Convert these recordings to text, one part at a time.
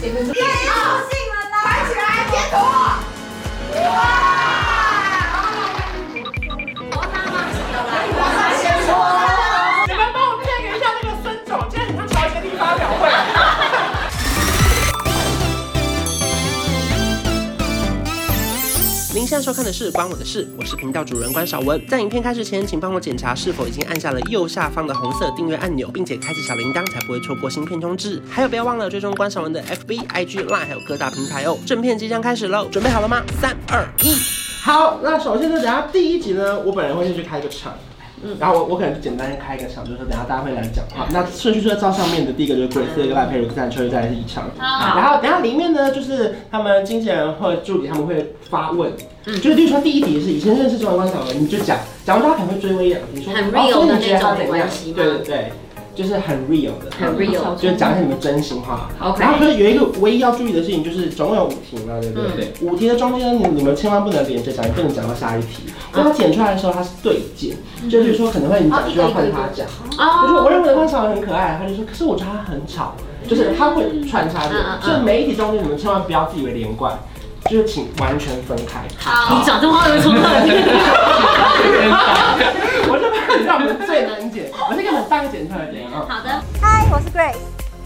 结婚证。变异出信了呢！快起来截图！哇！头发忘记了啦，头发先说。你们帮我 tag 一下那个孙总，今天很像朝鲜地发表会。您现在收看的是《关我的事》，我是频道主人关少文。在影片开始前，请帮我检查是否已经按下了右下方的红色订阅按钮，并且开启小铃铛，才不会错过新片通知。还有，不要忘了追踪关少文的 FB、IG、Line，还有各大平台哦。正片即将开始喽，准备好了吗？三、二、一。好，那首先呢，等下第一集呢，我本人会先去开个场。嗯，然后我我可能就简单开一个场，就是等下大家会来讲话。那顺序就在照上面的，第一个就是鬼，第二个赖佩如，第三个秋叶，再来是以场。然后等下里面呢，就是他们经纪人或者助理他们会发问，嗯就是例如说第一题是以前认识中文关晓雯，你就讲，讲完之后可能会追问一两题，说很哦 real 所以的你觉得那种他怎没样关系？吗对对对，就是很 real 的，很 real 就是讲一下你们真心话。 OK 然后可是有一个唯一要注意的事情，就是总共有五题嘛，对不对？嗯五题的中间你你们千万不能连着讲，你不能讲到下一题。啊当它剪出来的时候，它是对剪，嗯就是说可能会你哦讲就要换他讲。就是我认为关晓雯很可爱，他就说，可是我觉得他很吵，就是他会穿插着嗯嗯，嗯所以每一题中间你们千万不要自以为连贯，就是请完全分开。好，讲这么话有冲突。 我就怕你让我们最难剪，我先给你们大概剪出来一点啊。好的，嗨，我是 Grace。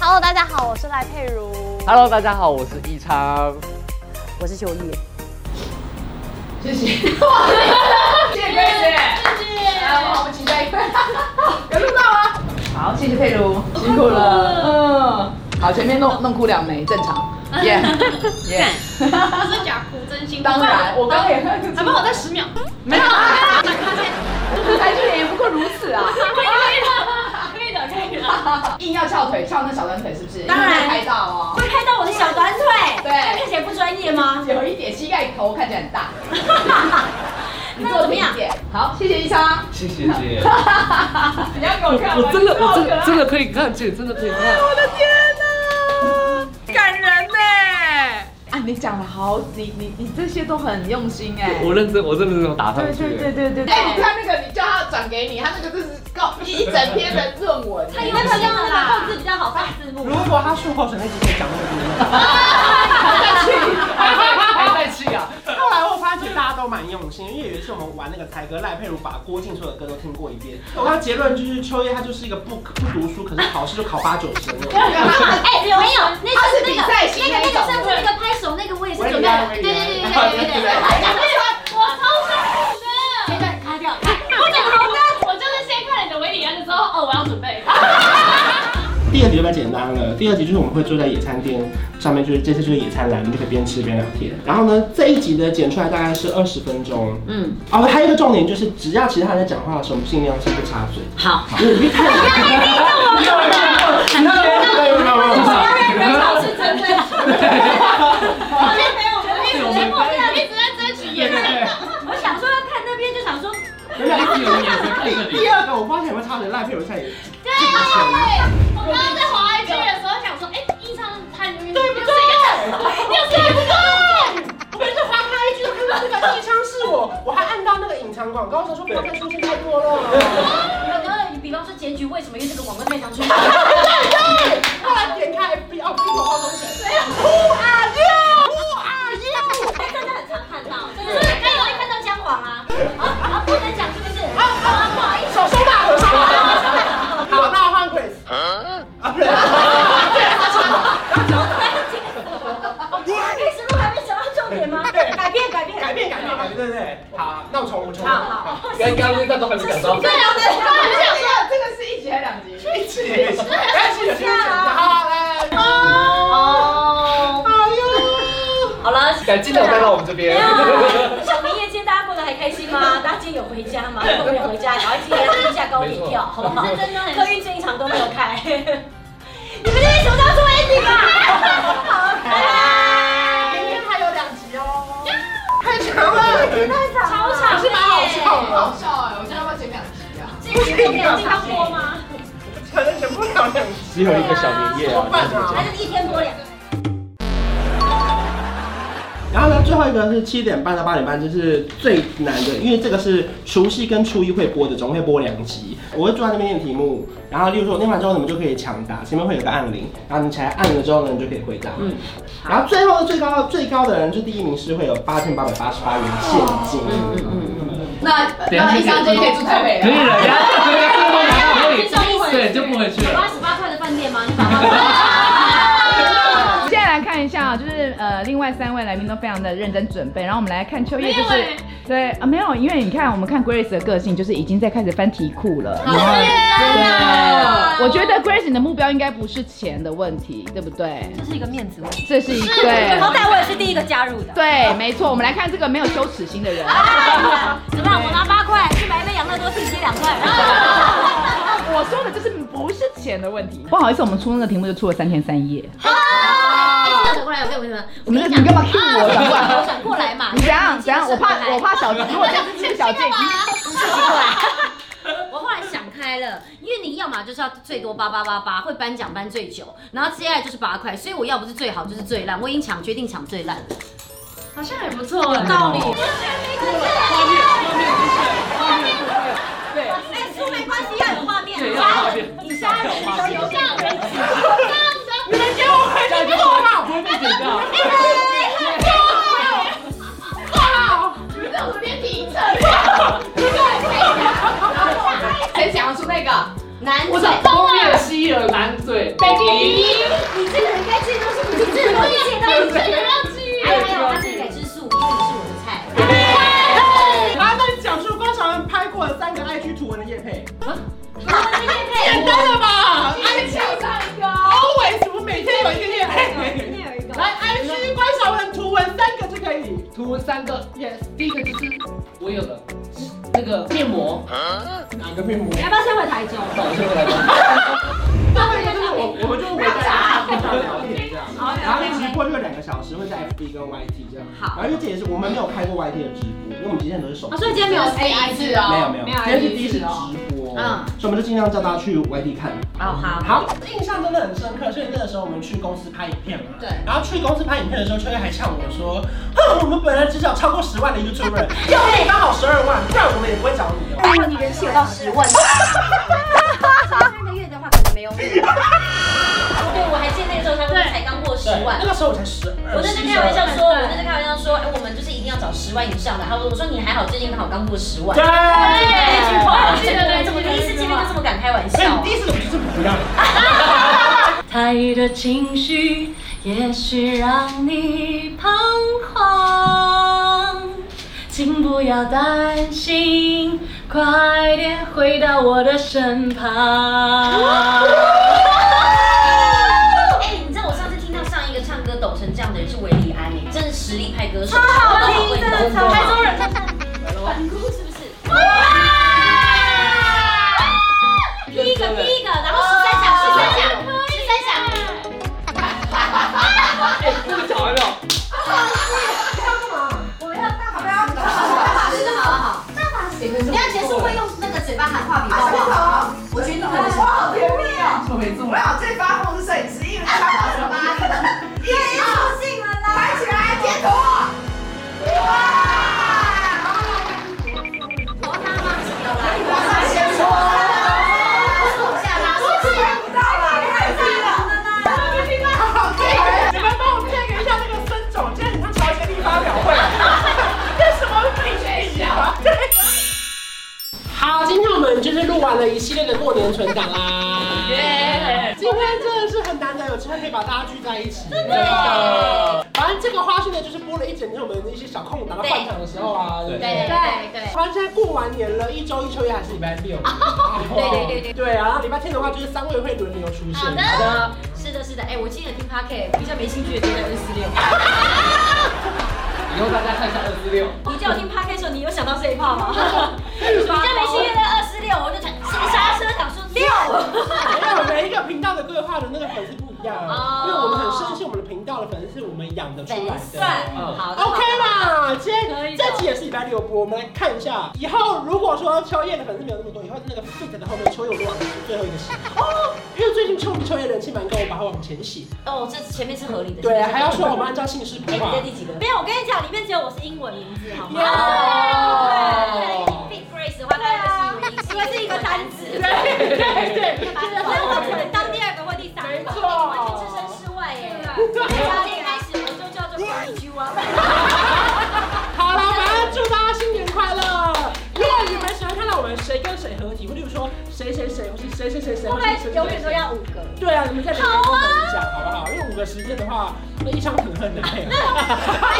Hello，大家好，我是赖佩如。 Hello，大家好，我是一昌。我是秋叶。 谢谢，谢谢龟姐，谢谢，啊，我们期待一 块，有录到吗？哦好，谢谢佩如，辛苦了，嗯，好，前面弄弄哭两枚，正 常，耶耶，不是假哭，真心当然，啊我刚刚也还帮我再十秒。没有啊，台剧脸也不过如此啊，可以的，可以的。 硬要翘腿，翘那小短腿是不是？当然因为会拍到哦，会看到我的小短腿，对这看起来不专业吗？有一点膝盖头看起来很 大，你坐平一点，好，谢谢医生。谢谢姐， 你要给我看吗，我真的，你啊好我可真爱的真的可以看见，真的可以看。我的天哪，感人呢！啊，你讲了好，你你你这些都很用心哎。我认真，我认真有打上对去。对对对对对。哎你看那个，你叫他转给你，他那个就是告一整篇的论文。他因为他用的控制比较好放字幕如。果他术后整那集可以讲那么多。还在气啊！后来我发觉大家都蛮用心，因为有一次我们玩那个猜歌，赖佩如把郭靖所有的歌都听过一遍。我刚结论就是秋叶他就是一个不不读书，可是考试就考八九十那种。哎，没有，那他是是那比个赛型那那个那个上种次那的。个拍手那个我也是准备了，对对对对对对对。我超想的，先开掉，我讲好的，我就是先看你的维里安的时候，哦，我要准备。第二集就比较简单了，第二集就是我们会坐在野餐垫上面，就是这次就是野餐栏，你就可以边吃边聊天。然后呢，这一集的剪出来大概是二十分钟。嗯，哦，还有一个重点就是，只要其他人在讲话的时候，我们尽量是不插嘴。好， 因为你看，你看，你 看，你 看，人潮是真的。旁边没有，我们一直在默默一直在争取眼神。我想说要看那边，就想说，有两个第二个我发现有没有插嘴，赖佩如在也对，我刚刚在滑 IG 的时候想说，哎，一昌他明明对不对？又是一个，我每次划开一句都看到那个一枪是我，我还按到那个隐藏广告，他说不要再出现太多了。然后比方说结局为什么因为这个广告太常出现？后来点开 FB 哦，冰火花中选。真的很常看到，真的很容易看到姜黄啊。啊啊，不能讲是不是？啊啊，不好意思，手收吧，手收吧。好，那换 Grace。啊，不是。你还没思路还没想到重点吗？改变改变改变，改变，改变，对不对？好，那我重，我重。好好好，刚刚那段都还没讲到对。啊，对啊，我想说，这个是一集还是两集？一起，一起，一起，好，来。哦，好了，感谢你带到我们这边。小明夜间大家过得还开心吗？大家今天有回家吗？都没有回家，然后今天订一下高铁票，好不好？没是真的很，客运这一场都没有开。你们这边什么时候做 ending 啊？好，拜拜。哎今天还有两集哦，太长了。超长，是蛮好笑很好笑哎，我觉得要不要剪两集啊？这个是有两天播吗？可能全部聊两集。只有一个小年夜啊。办啊还是一天播两？然后呢，最后一个是七点半到八点半，就是最难的，因为这个是除夕跟初一会播的，总会播两集。我会坐在那边念题目，然后例如说我念完之后，你们就可以抢答，前面会有个按铃，然后你起来按了之后呢，你就可以回答。嗯。然后最后最高最高的人就第一名是会有八千八百八十八元现金。嗯嗯嗯。那那一张就可以住台北可以了。了，然后回家最后拿到可以这种意思对，就不回去了。八十八块的饭店吗？你把它。接下来看一下，就是呃，另外三位来宾都非常的认真准备，然后我们来看秋叶，就是对啊，没有，因为你看我们看 Grace 的个性，就是已经在开始翻题库了。对，我觉得 Grace 你的目标应该不是钱的问题，对不对？这是一个面子问题。这是一好对歹我也是第一个加入的。对，没错。我们来看这个没有羞耻心的人，怎么样？我拿八块去买一杯养乐多，自己接两块。 我说的就是不是钱的问题。不好意思，我们出那个题目就出了三天三夜。哎，转过来，我跟你们，我你跟你你讲，干嘛 cue 我转过我来？转过来嘛。你怎样怎样？我怕我怕小，如果这次是小静，我后来想开了，因为你要么就是要最多八八八八，会颁奖颁最久，然后接下来就是八块，所以我要不是最好就是最烂，我已经抢决定抢最烂了。好像也不错，有道理。哎，输没关系，要有画面。对要有画面你杀人是有这样人。这样就不会不会被剪掉。谁想要出那个？男我嘴操，封面吸了男嘴， Baby，你这个人该去的都是你这个东西到这个要去。还有还有，他这个改吃素，因为你是我的菜。然后再讲述光常拍过的三个 IG 图文的叶配。简单了吧？IG 三个，always 每天有一个叶配。有一个来，IG 观赏文图文三个就可以。图文三个，yes，第一个就是我有的那个面膜，哪个面膜？要不要先回台中？那我先回来吧。我我们就围在大屏上聊天这样，然后一直播就两个小时，会在 FB 跟 YT 这样。好然后因为这也是我们没有开过 YT 的直播，因为我们今天都是手啊，。所以今天没有 AI 制哦没有没有，没今有天是 IG 第一次制直哦。播，嗯所以我们就尽量叫大家去 YT 看。哦，好。好，印象真的很深刻，所以那个时候我们去公司拍影片嘛，对然后去公司拍影片的时候，秋叶还呛我说，哼，我们本来只找超过十万的 YouTuber，要是你刚好十二万，不然我们也不会找你哦。如果你人气有到十万，三个月的话可能没有。对，我还记得那个时候他们才刚过十对，万那。个时候我才十二，我那时候开玩笑说，我那时候开玩笑说，哎，我们就是一定要找十万以上的。他说，我说你还好，最近刚好刚过十万。对，哇，这个人怎么第一次见面就这么敢开玩所以笑你第？一次怎么就是不要脸？他的情绪也许让你彷徨，请不要担心，快点回到我的身旁。哎，你知道我上次听到上一个唱歌抖成这样的人是韦礼安哎，真是实力派歌手，超好听的，超台中人，反哭是不是？第一个第一个，然后十三响，十三响，十三响。哎，这个讲完了，好好，你要结束会用那个嘴巴喊话笔，好不好？我觉得你可能是。好甜蜜哦！错没错我。想最发疯的摄影师，因为他把我的妈的，也出镜了啦！拍起来，截图！头他妈是有马啦，上先说，往下拉，我猜不到了，太低了，好甜！你们帮我 check 一下那个孙总，今天很像朝鲜立发表会，这什么鬼学习啊？好，今天我们就是录完了一系列的过年存档 啦。耶！今天真的是很难得有机会可以把大家聚在一起。真的。反正这个花絮呢，就是播了一整天我们的一些小空档，换场的时候啊，对不对？对对。反正现在过完年了，一周一秋叶还是礼拜六。 对对对对对啊，然后礼拜天的话就是三位会轮流出现。好 的，是的，是的，哎，我今天听 p o c a 比较没兴趣的，听到二四六。以后大家看一下二四六。你叫我听 p o c a 的时候，你有想到这一趴 吗？比较没兴趣的二四六，我就想刹车档说六。 哦没有每一个频道的规划的那个粉丝不一样，因为我们很深信我们的频道的粉丝，我们养得出来的。对，好的。 OK 啦，今可以天的这集也是礼拜六播，我们来看一下，以后如果说秋叶的粉丝没有那么多，以后那个 fit 的后面秋叶我都往前最后一个写 哦，因为最近秋秋叶人气蛮高，我把它往前写。哦，这前面是合理的。对，啊啊还要说我们按照姓氏哎，你排化在。第几个？没有，我跟你讲，里面只有我是英文名字，好吗？对 Yeah 对，Big Grace 的话，它会是因为是一个单字，对对对对，所以我可能当第二个或第三个。没错我已经置身事外耶。从今天开始，我就叫做 Bonnie Q 啊。好了，我们要祝大家新年快乐。 如果你们喜欢看到我们谁跟谁合体，或者说谁谁谁，或是谁谁谁谁，后或是来谁谁谁永远都要五个。对啊，你们在留言跟我们讲好不好？因为五个时间的话，那一场可能很难配合。啊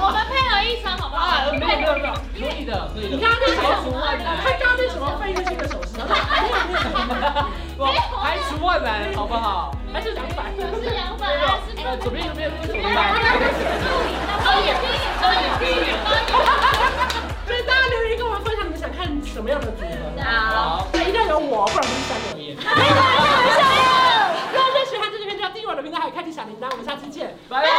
我们配合一场好不好？没啊有没有没有，可以的可以你的。刚刚那什么图案？他刚刚那什么费玉清的手势，然后没有没有我排除万难，好不好？还是两百。不是两百二十呃，左边右边为什么 所以大家留言跟我们分享你们想看什么样的组合。好，一定要有我，不然就是删留言。没有开玩笑的。如果是喜欢这支片，就要订阅我的频道，还有开启小铃铛。我们下期见，拜拜。